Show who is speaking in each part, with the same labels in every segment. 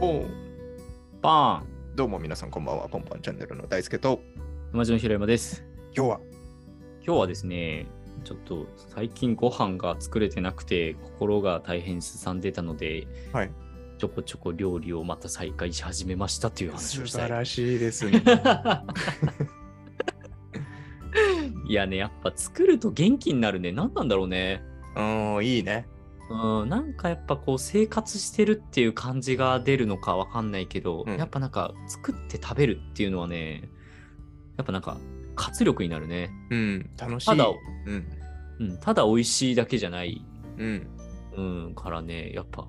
Speaker 1: おう
Speaker 2: バーン
Speaker 1: どうも皆さんこんばんは、ポンポンチャンネルの大輔と、
Speaker 2: 友達の平山です。
Speaker 1: 今日は、
Speaker 2: 今日はですね、ちょっと最近ご飯が作れてなくて、心が大変すさんでたので、
Speaker 1: はい、
Speaker 2: ちょこちょこ料理をまた再開し始めましたという話をしたい。
Speaker 1: しいです ね。
Speaker 2: いやね、やっぱ作ると元気になるね。何なんだろうね。
Speaker 1: うん、いいね。
Speaker 2: うん、なんかやっぱこう生活してるっていう感じが出るのかわかんないけど、
Speaker 1: うん
Speaker 2: やっぱなんか作って食べるっていうのはね、やっぱなんか活力になるね。
Speaker 1: うん、楽しい。
Speaker 2: ただ
Speaker 1: うん、
Speaker 2: うん、ただ美味しいだけじゃない、
Speaker 1: うん、
Speaker 2: うん、からね、やっぱ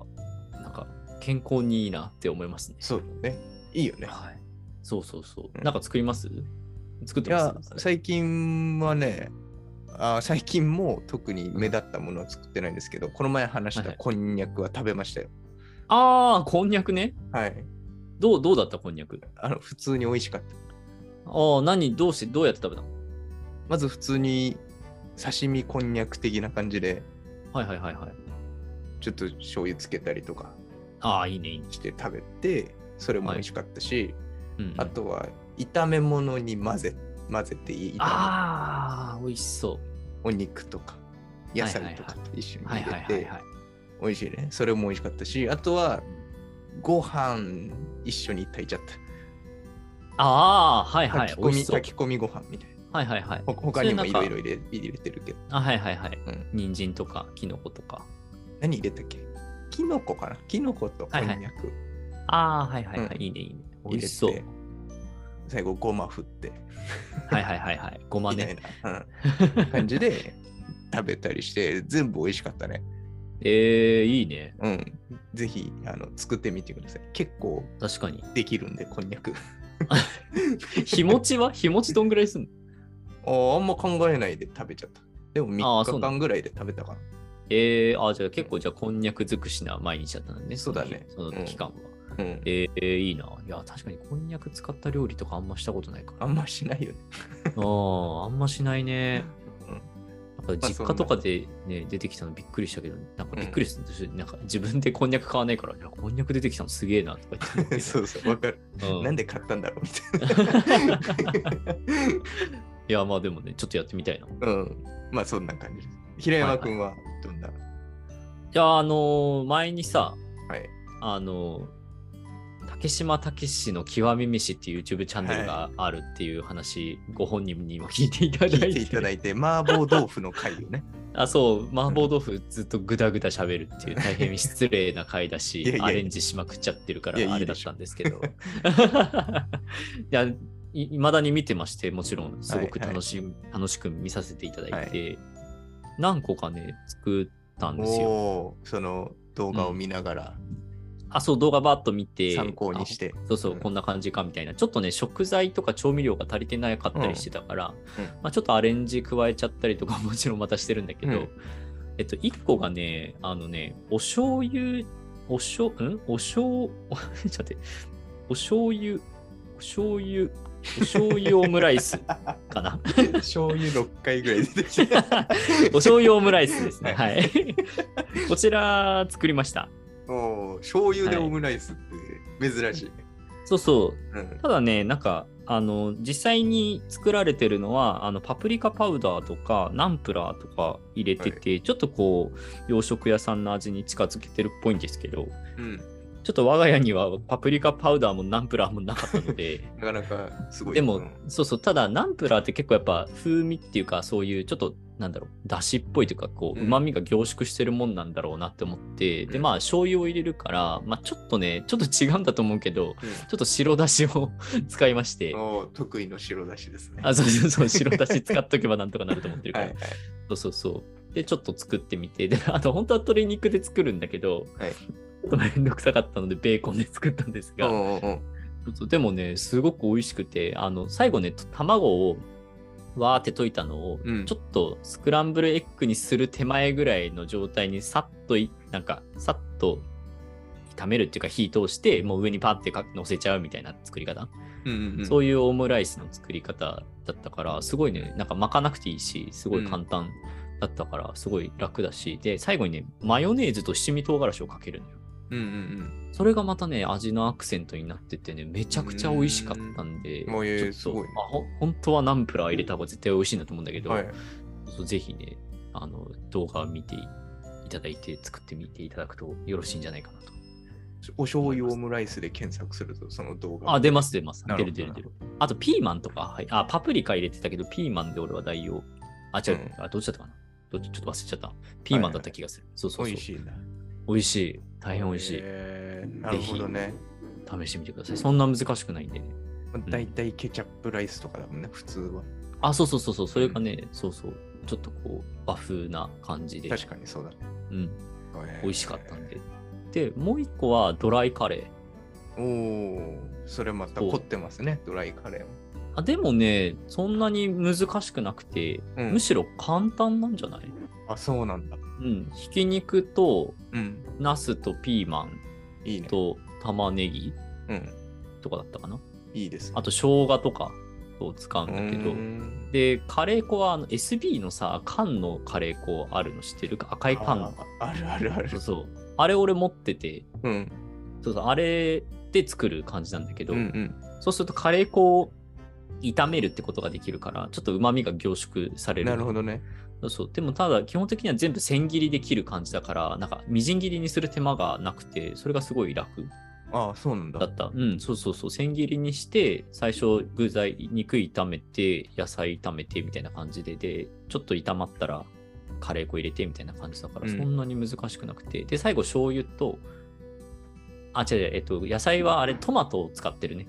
Speaker 2: なんか健康にいいなって思いますね。
Speaker 1: そうだね。いいよね。
Speaker 2: はい。そうそうそう。
Speaker 1: うん
Speaker 2: なんか作ります作っ
Speaker 1: い
Speaker 2: て
Speaker 1: や
Speaker 2: ま、す
Speaker 1: 最近はね、あ最近も特に目立ったものは作ってないんですけど、この前話し
Speaker 2: はい
Speaker 1: た
Speaker 2: はい
Speaker 1: こんにゃくは食べましたよ。
Speaker 2: ああ、こんにゃくね。
Speaker 1: はい。
Speaker 2: どう、どうだったこんにゃく。
Speaker 1: あの、普通に美味しかった。
Speaker 2: ああ、何、どうして、どうやって食べたの
Speaker 1: まず普通に刺身こんにゃく的な感じで、
Speaker 2: はいはいはいはい。
Speaker 1: ちょっと醤油つけたりとか
Speaker 2: ああ、いいね、いいね。
Speaker 1: して食べて、それも美味しかったし、
Speaker 2: うんうん
Speaker 1: あとは炒め物に混ぜ混ぜていい炒め
Speaker 2: ああ、美味しそ
Speaker 1: お肉とか野菜とか
Speaker 2: はい
Speaker 1: と一緒に
Speaker 2: う。はい
Speaker 1: 入
Speaker 2: はい
Speaker 1: れ
Speaker 2: はい
Speaker 1: て
Speaker 2: はい。
Speaker 1: 美味しいねそれも美味しかったしあとはご飯一緒に炊いちゃっ
Speaker 2: ああ、はい
Speaker 1: た
Speaker 2: はい。
Speaker 1: 炊き
Speaker 2: 美
Speaker 1: 込
Speaker 2: 味
Speaker 1: み
Speaker 2: しそう。
Speaker 1: 炊き込みご飯みたいな
Speaker 2: はいはいはい。
Speaker 1: ほ他にもい
Speaker 2: そ
Speaker 1: ろ
Speaker 2: れ
Speaker 1: い
Speaker 2: なん
Speaker 1: ろ入
Speaker 2: か
Speaker 1: れ入れてるけど
Speaker 2: あ、はいはいはい
Speaker 1: うん。
Speaker 2: 人参とか、きのことか。
Speaker 1: 何入れたっけきのこかなきのことこんにゃく
Speaker 2: ああ、はいはいは
Speaker 1: う
Speaker 2: い。
Speaker 1: ん
Speaker 2: いいね、いいね。
Speaker 1: 入
Speaker 2: 美
Speaker 1: れ
Speaker 2: 味
Speaker 1: て
Speaker 2: しそう。
Speaker 1: 最後ごま振って
Speaker 2: はいはいはいはい。ごま
Speaker 1: みたい
Speaker 2: ね。
Speaker 1: な、うん、感じで食べたりして全部美味しかったね
Speaker 2: ええ、いいね。
Speaker 1: うんぜひあの作ってみてください結構
Speaker 2: 確かに。
Speaker 1: できるんで、こんにゃく。
Speaker 2: 日持ちは日持ちどんぐらいすんの
Speaker 1: あーあんま考えないで食べちゃった。でも
Speaker 2: あ
Speaker 1: 3
Speaker 2: ーそう
Speaker 1: 日
Speaker 2: なの
Speaker 1: 間ぐらいで食べたかな。
Speaker 2: ええ、ああ、じゃあ結構、じゃあこんにゃく尽くしな毎日だったのね。
Speaker 1: そうだね
Speaker 2: その
Speaker 1: うん
Speaker 2: 期間は。
Speaker 1: うん、
Speaker 2: ええ、いいな。いや、確かにこんにゃく使った料理とかあんましたことないか
Speaker 1: あ
Speaker 2: ら。
Speaker 1: んましないよね。
Speaker 2: ああ、あんましないね。
Speaker 1: うん
Speaker 2: なんか実家とかで、ね、出てきたのびっくりしたけど、なんかびっくりした、私なんか自分でこんにゃく買わないから、いやこんにゃく出てきたのすげえなとか言っ て
Speaker 1: そうそう、わかる。
Speaker 2: うん
Speaker 1: なんで買ったんだろうみたい
Speaker 2: いや、まあでもね、ちょっとやってみたいな。い
Speaker 1: な。うん。まあそんな感じです。平山くんはどんな、はい
Speaker 2: や、あのー前にさ、あのー竹島武史の極み飯っていう YouTube チャンネルがあるっていう話、ご本人にも聞いていただいて
Speaker 1: 聞いていただ いて、麻婆豆腐の回をね。
Speaker 2: あそう麻婆豆腐ずっとグダグダ喋る っていう大変失礼な回だし
Speaker 1: いやいや
Speaker 2: アレンジしまくっちゃってるか
Speaker 1: いやい
Speaker 2: ら
Speaker 1: い
Speaker 2: あれだったんですけどいやいまだに見てましてもちろんすごく楽し,、楽しく見させていただいて、何個かね作ったんですよ
Speaker 1: おーその動画を見ながら
Speaker 2: あそう動画バーッと見て
Speaker 1: 参考にして。
Speaker 2: あそうそう、
Speaker 1: うん
Speaker 2: こんな感じかみたいなちょっとね食材とか調味料が足りてなかったりしてたから、
Speaker 1: うんうん
Speaker 2: まあ、ちょっとアレンジ加えちゃったりとかもちろんまたしてるんだけど、
Speaker 1: うん
Speaker 2: えっと1個がねあのねお醤油お醤うん お醤ちょっと待ってお醤油お醤油お醤油オムライスか な
Speaker 1: 醤油6回ぐらい出てきた。
Speaker 2: お醤油オムライスですね
Speaker 1: は
Speaker 2: はいこちら作りました
Speaker 1: おー醤油でオムライスって珍しいね。
Speaker 2: そうそう
Speaker 1: うん
Speaker 2: ただね、なんか、あの、実際に作られてるのは、あの、パプリカパウダーとか、ナンプラーとか入れてて、ちょっとこう、洋食屋さんの味に近づけてるっぽいんですけど、
Speaker 1: うん
Speaker 2: ちょっと我が家にはパプリカパウダーもナンプラーもなかったの で、
Speaker 1: なかなかすごい。
Speaker 2: で
Speaker 1: う
Speaker 2: も
Speaker 1: ん、
Speaker 2: そうそう、ただ、ナンプラーって結構やっぱ、風味っていうか、そういう、ちょっと、なんだろう、だしっぽいというか、こう、
Speaker 1: うん
Speaker 2: 旨味が凝縮してるもんなんだろうなって思って、で、
Speaker 1: うん
Speaker 2: まあ、醤油を入れるから、まあ、ちょっとね、ちょっと違うんだと思うけど、ちょっと白だしを 使いまして、
Speaker 1: おー得意の白だしですね。
Speaker 2: あ、そうそうそう、白だし使っとけばなんとかなると思ってるか
Speaker 1: は
Speaker 2: ら。
Speaker 1: いはい。
Speaker 2: そうそうそう。で、ちょっと作ってみて、で、あと、本当は鶏肉で作るんだけど、
Speaker 1: はい
Speaker 2: ちょっとめんどくさかったので、ベーコンで作ったんですが、
Speaker 1: うんうんうん
Speaker 2: そうそうでもね、すごく美味しくて、あの、最後ね、卵を、わーって溶いたのを、
Speaker 1: うん
Speaker 2: ちょっとスクランブルエッグにする手前ぐらいの状態にさっとい、なんか、さっと炒めるっていうか火通して、もう上にパッてか乗せちゃうみたいな作り方。
Speaker 1: うんうん
Speaker 2: そういうオムライスの作り方だったから、すごいね、なんか巻かなくていいし、すごい簡単だったから、すごい楽だし、で、最後にね、マヨネーズと七味唐辛子をかけるのよ。
Speaker 1: うんうん
Speaker 2: それがまたね、味のアクセントになっててね、めちゃくちゃ美味しかったんで、
Speaker 1: うんもうえー
Speaker 2: ちょっと
Speaker 1: すごいね
Speaker 2: まあほん本当はナンプラー入れた方が絶対美味しいんだと思うんだけ
Speaker 1: うん。
Speaker 2: ど、
Speaker 1: はい。
Speaker 2: そうぜひね、あの、動画を見ていただいて、作ってみていただくとよろしいんじゃないかなと。
Speaker 1: お醤油オムライスで検索すると、その動画。
Speaker 2: あ、出ます、出ます。
Speaker 1: なる
Speaker 2: 出
Speaker 1: ほ
Speaker 2: る、
Speaker 1: ど
Speaker 2: 出る、出る。あと、ピーマンとか、はい、あ、パプリカ入れてたけど、ピーマンで俺は代用。あ、違う、
Speaker 1: うん
Speaker 2: あどっちだったかなどっちちょっと忘れちゃった。ピーマンだった気がする。そうそうそ
Speaker 1: 美
Speaker 2: う。
Speaker 1: 味しいな。
Speaker 2: 美味しい。大変美味しい。
Speaker 1: えーなるほどね。
Speaker 2: 試してみてください。そんな難しくないんでね。
Speaker 1: まあ、大体ケチャップライスとかだもんね、普通は。
Speaker 2: あ、そうそうそうそう、それがね、そうそう、ちょっとこう、和風な感じで、
Speaker 1: 確かにそうだね。
Speaker 2: うん、
Speaker 1: えー
Speaker 2: 美味しかったんで。で、もう一個はドライカレー。
Speaker 1: おお、それまた凝ってますね、ドライカレーも。
Speaker 2: あでもね、そんなに難しくなくて、
Speaker 1: うん
Speaker 2: むしろ簡単なんじゃない
Speaker 1: あ、そうなんだ。
Speaker 2: うん、ひき肉と、
Speaker 1: うん、
Speaker 2: ナスとピーマン
Speaker 1: いいね。
Speaker 2: と玉ねぎ
Speaker 1: うん、
Speaker 2: とかだったかな。
Speaker 1: いいです、ね。
Speaker 2: あと、生姜とかを使うんだけど
Speaker 1: うー、ん
Speaker 2: で、カレー粉はあの SB のさ、缶のカレー粉あるの知ってるか赤い缶の。
Speaker 1: ああるあるある
Speaker 2: そう。そう。あれ俺持ってて、
Speaker 1: うん、
Speaker 2: そうそう、あれで作る感じなんだけど、
Speaker 1: うん、うん。
Speaker 2: そうするとカレー粉を炒めるってことができるから、ちょっと旨味が凝縮される。
Speaker 1: なるほどね。
Speaker 2: そうそう。でもただ、基本的には全部千切りで切る感じだから、なんかみじん切りにする手間がなくて、それがすごい楽
Speaker 1: ああ、そうなんだ。
Speaker 2: だった。うん、そうそうそう。千切りにして、最初具材、肉炒めて、野菜炒めてみたいな感じで、で、ちょっと炒まったら、カレー粉入れてみたいな感じだから、
Speaker 1: うん
Speaker 2: そんなに難しくなくて。で、最後、醤油と、あ、違う違う、えっと、野菜はあれ、トマトを使ってるね。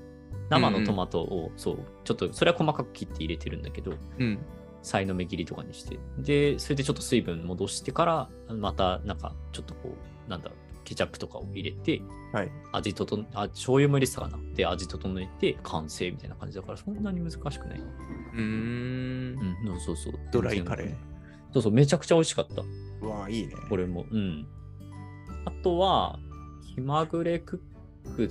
Speaker 2: 生のトマトを、そう、ちょっと、それは細かく切って入れてるんだけど、
Speaker 1: うん。
Speaker 2: さいの目切りとかにして。で、それでちょっと水分戻してから、また、なんか、ちょっとこう、なんだろう、ケチャップとかを入れて、
Speaker 1: はい。
Speaker 2: 味ととあ醤油も入れてたかなで味整えて完成みたいな感じだからそんなに難しくない、
Speaker 1: うーん。
Speaker 2: うんうん、そうそう
Speaker 1: ドライカレー。
Speaker 2: そうそうめちゃくちゃ美味しかった
Speaker 1: うわあ、いいね。
Speaker 2: これもうんあとは気まぐれクック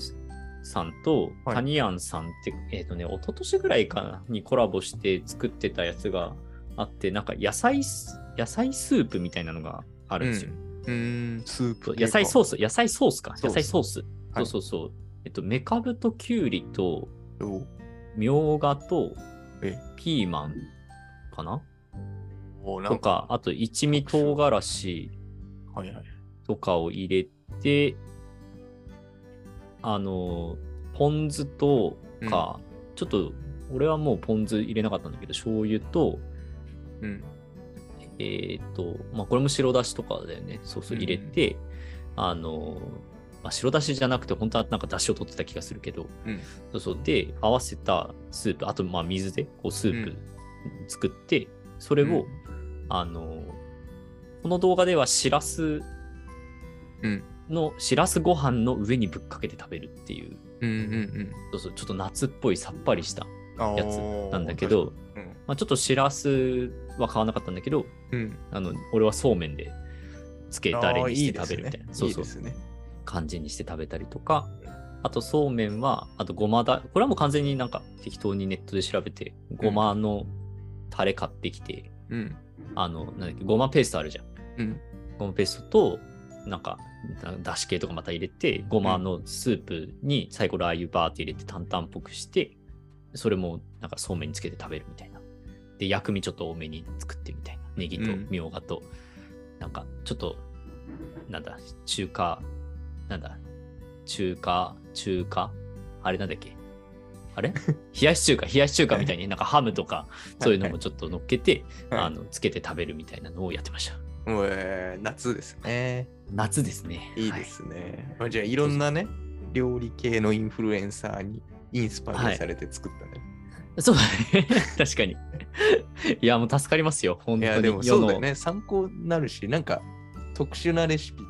Speaker 2: さんと
Speaker 1: はい
Speaker 2: タニアンさんって、えっ、とね一昨年ぐらいかなにコラボして作ってたやつがあってなんか野菜ス野菜スープみたいなのがあるんですよ、
Speaker 1: うーん、スー
Speaker 2: そう
Speaker 1: プ。
Speaker 2: 野菜ソース、野菜ソースか、
Speaker 1: ソース
Speaker 2: 野菜ソース。
Speaker 1: はい
Speaker 2: そうそうそう。えっと、メカブとキュウリと、
Speaker 1: ス。お
Speaker 2: みょうがと
Speaker 1: え
Speaker 2: ピーマンかな
Speaker 1: おな
Speaker 2: と
Speaker 1: んか。
Speaker 2: か、あと一味唐辛子
Speaker 1: はいはい。
Speaker 2: とかを入れて、あの、ポン酢とか、ちょっと、俺はもうポン酢入れなかったんだけど、醤油と、
Speaker 1: うん。
Speaker 2: えっ、と、まあ、これも白だしとかだよね。そうそう
Speaker 1: うん
Speaker 2: 入れて、あの、まあ、白だしじゃなくて、本当はなんかだしを取ってた気がするけど、
Speaker 1: うん
Speaker 2: そうそう。で、合わせたスープ、あと、まあ、水で、こう、スー
Speaker 1: う
Speaker 2: プ作って、それを、
Speaker 1: うん
Speaker 2: あの、この動画では、しらす
Speaker 1: うん。
Speaker 2: の、しらすご飯の上にぶっかけて食べるっていう、
Speaker 1: うんうん
Speaker 2: そうそう、ちょっと夏っぽいさっぱりした
Speaker 1: うん。あー
Speaker 2: やつなんだけ。ど、
Speaker 1: うん。
Speaker 2: まあ、ちょっとしらすは買わなかったんだけど、
Speaker 1: うん。
Speaker 2: あの俺はそうめんでつけたりにして食べるみたいな
Speaker 1: あー
Speaker 2: そう
Speaker 1: いい
Speaker 2: そう
Speaker 1: ですね。いいですね
Speaker 2: 感じにして食べたりとかあとそうめんはあとごまだこれはもう完全になんか適当にネットで調べてごまのタレ買ってきて、
Speaker 1: うん。
Speaker 2: あのなんだっけごまペーストあるじゃん
Speaker 1: うん。
Speaker 2: ごまペーストとなんかだし系とかまた入れてごまのスープに最後ラー油バーって入れて淡々っぽくしてそれもなんかそうめんにつけて食べるみたいなで薬味ちょっと多めに作ってみたいなネギと
Speaker 1: うん
Speaker 2: みょうがと、なんかちょっとなんだ中華なんだ中華中華あれなんだっけあ れ冷やし中華冷やし中華みたいになんかハムとかそういうのもちょっと乗っけて、
Speaker 1: はい
Speaker 2: あのつけて食べるみたいなのをやってました
Speaker 1: もうえー夏ですね。
Speaker 2: 夏ですね。
Speaker 1: いいで。すね。まあじゃあ、いろんなね、料理系のインフルエンサーにインスパイアされて作ったね。
Speaker 2: はい、そうだね。 確かに。いや、もう助かりますよ。本
Speaker 1: い
Speaker 2: 当に。
Speaker 1: や、でも
Speaker 2: 世
Speaker 1: そ
Speaker 2: の
Speaker 1: うだよ。ね。参考になるし、なんか特殊なレシピ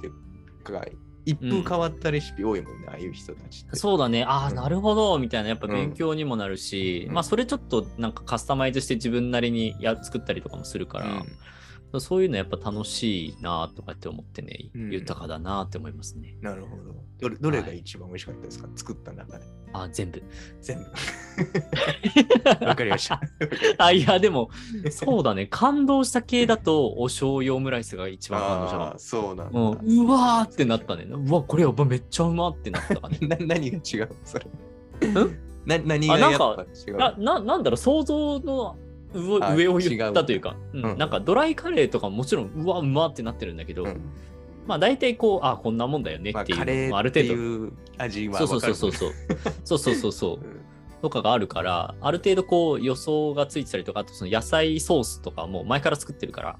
Speaker 1: とか、一風変わったレシピ多いもんね、ああいう人たちって。
Speaker 2: そうだね。ああ、
Speaker 1: うん
Speaker 2: なるほど。みたいな、やっぱ
Speaker 1: うん
Speaker 2: 勉強にもなるし、
Speaker 1: うん
Speaker 2: まあ、それちょっとなんかカスタマイズして自分なりにや作ったりとかもするから、
Speaker 1: うん
Speaker 2: そういうのやっぱ楽しいなとかって思ってね、
Speaker 1: うん
Speaker 2: 豊かだなって思いますね。
Speaker 1: なるほど。どれどれが一番美味しかったですか、作った中で。
Speaker 2: あ、全部。
Speaker 1: 全 部。わかりました。
Speaker 2: あ、いや、でも、そうだね。感動した系だと、お醤油オムライスが一番感動した
Speaker 1: あ
Speaker 2: か
Speaker 1: あ、そうなんだ。。
Speaker 2: もうん、うわーってなったね。うわ、これやっぱめっちゃうまってなったかね
Speaker 1: な何が違うそれ。な何が
Speaker 2: あなん
Speaker 1: やっ
Speaker 2: か
Speaker 1: ぱ違う
Speaker 2: な、ななんだろう、想像のう
Speaker 1: あ
Speaker 2: 上を
Speaker 1: 違
Speaker 2: 言
Speaker 1: う
Speaker 2: ったというか、うん
Speaker 1: うん
Speaker 2: なんかドライカレーとかももちろん、うわ、うまってなってるんだけど、
Speaker 1: うん
Speaker 2: まあ大体こう、あ、こんなもんだよね
Speaker 1: ま
Speaker 2: っ
Speaker 1: あ、
Speaker 2: てい
Speaker 1: カ
Speaker 2: う
Speaker 1: レ
Speaker 2: のもあ
Speaker 1: ー
Speaker 2: る
Speaker 1: って
Speaker 2: 程度。
Speaker 1: いう味は
Speaker 2: そうそ
Speaker 1: わ
Speaker 2: う
Speaker 1: か
Speaker 2: そう
Speaker 1: る。
Speaker 2: そうそう。そうそうそうそううんとかがあるから、ある程度こう予想がついてたりとか、あとその野菜ソースとかも前から作ってるから、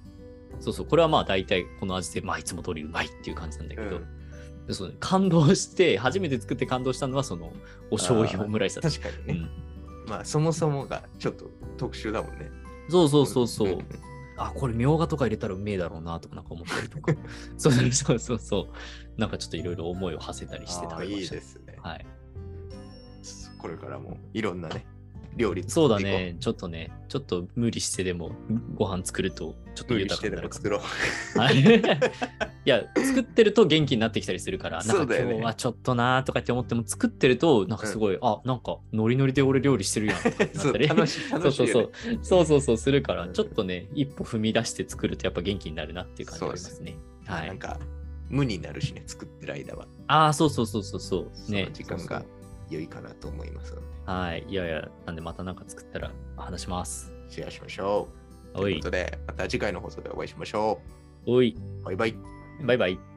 Speaker 2: そうそう、これはまあ大体この味で、まあいつも通りうまいっていう感じなんだけど、
Speaker 1: うん
Speaker 2: でそうね感動して、初めて作って感動したのはそのお醤油オムライスだっ
Speaker 1: 確かに
Speaker 2: た。う
Speaker 1: ね、
Speaker 2: ん、
Speaker 1: まあそもそもがちょっと特殊だもんね。
Speaker 2: そうそうそうそう。
Speaker 1: ん
Speaker 2: あ、これみょうがとか入れたらうめえだろうなとかなんか思ったりとか。 そうそうそうそうそう。なんかちょっといろいろ思いを馳せたりして
Speaker 1: あ
Speaker 2: 食
Speaker 1: あ
Speaker 2: べま
Speaker 1: いい
Speaker 2: した。
Speaker 1: ですね。
Speaker 2: はい。
Speaker 1: これからもいろんなね、料理
Speaker 2: そうだ
Speaker 1: 作っていこ
Speaker 2: ね、ちょっとね、ちょっと無理してでもご飯作るとちょっと
Speaker 1: 無理
Speaker 2: 豊
Speaker 1: し
Speaker 2: か
Speaker 1: てで
Speaker 2: になる
Speaker 1: も
Speaker 2: か
Speaker 1: 作ろう。
Speaker 2: ら。はいい や、作ってると元気になってきたりするから、な
Speaker 1: そ
Speaker 2: ん
Speaker 1: う
Speaker 2: か
Speaker 1: だよね
Speaker 2: 今日はちょっとなーとかって思っても、作ってると、なんかすごい、あ、なんかノリノリで俺料理してるやんとかってな
Speaker 1: そ
Speaker 2: っ
Speaker 1: う
Speaker 2: たり。
Speaker 1: 楽 しい
Speaker 2: そ う
Speaker 1: 楽し
Speaker 2: そ
Speaker 1: いう
Speaker 2: そ
Speaker 1: よね
Speaker 2: う。そうそうそうするから、
Speaker 1: うん
Speaker 2: ちょっとね、一歩踏み出して作るとやっぱ元気になるなっていう感じがありますね。は
Speaker 1: なん
Speaker 2: い。
Speaker 1: か無になるしね、作ってる間は。
Speaker 2: ああ、そうそうそうそうそう。
Speaker 1: そ
Speaker 2: ね
Speaker 1: の。時間
Speaker 2: そう
Speaker 1: が
Speaker 2: そ
Speaker 1: 良いかなと思いますので、
Speaker 2: うはい。いやいや、なんでまたなんか作ったら話します。
Speaker 1: シェアしましょう。と
Speaker 2: お
Speaker 1: いうこ
Speaker 2: い
Speaker 1: と、で、また次回の放送でお会いしましょ
Speaker 2: おい、
Speaker 1: う。バイバイ。
Speaker 2: バイバイ。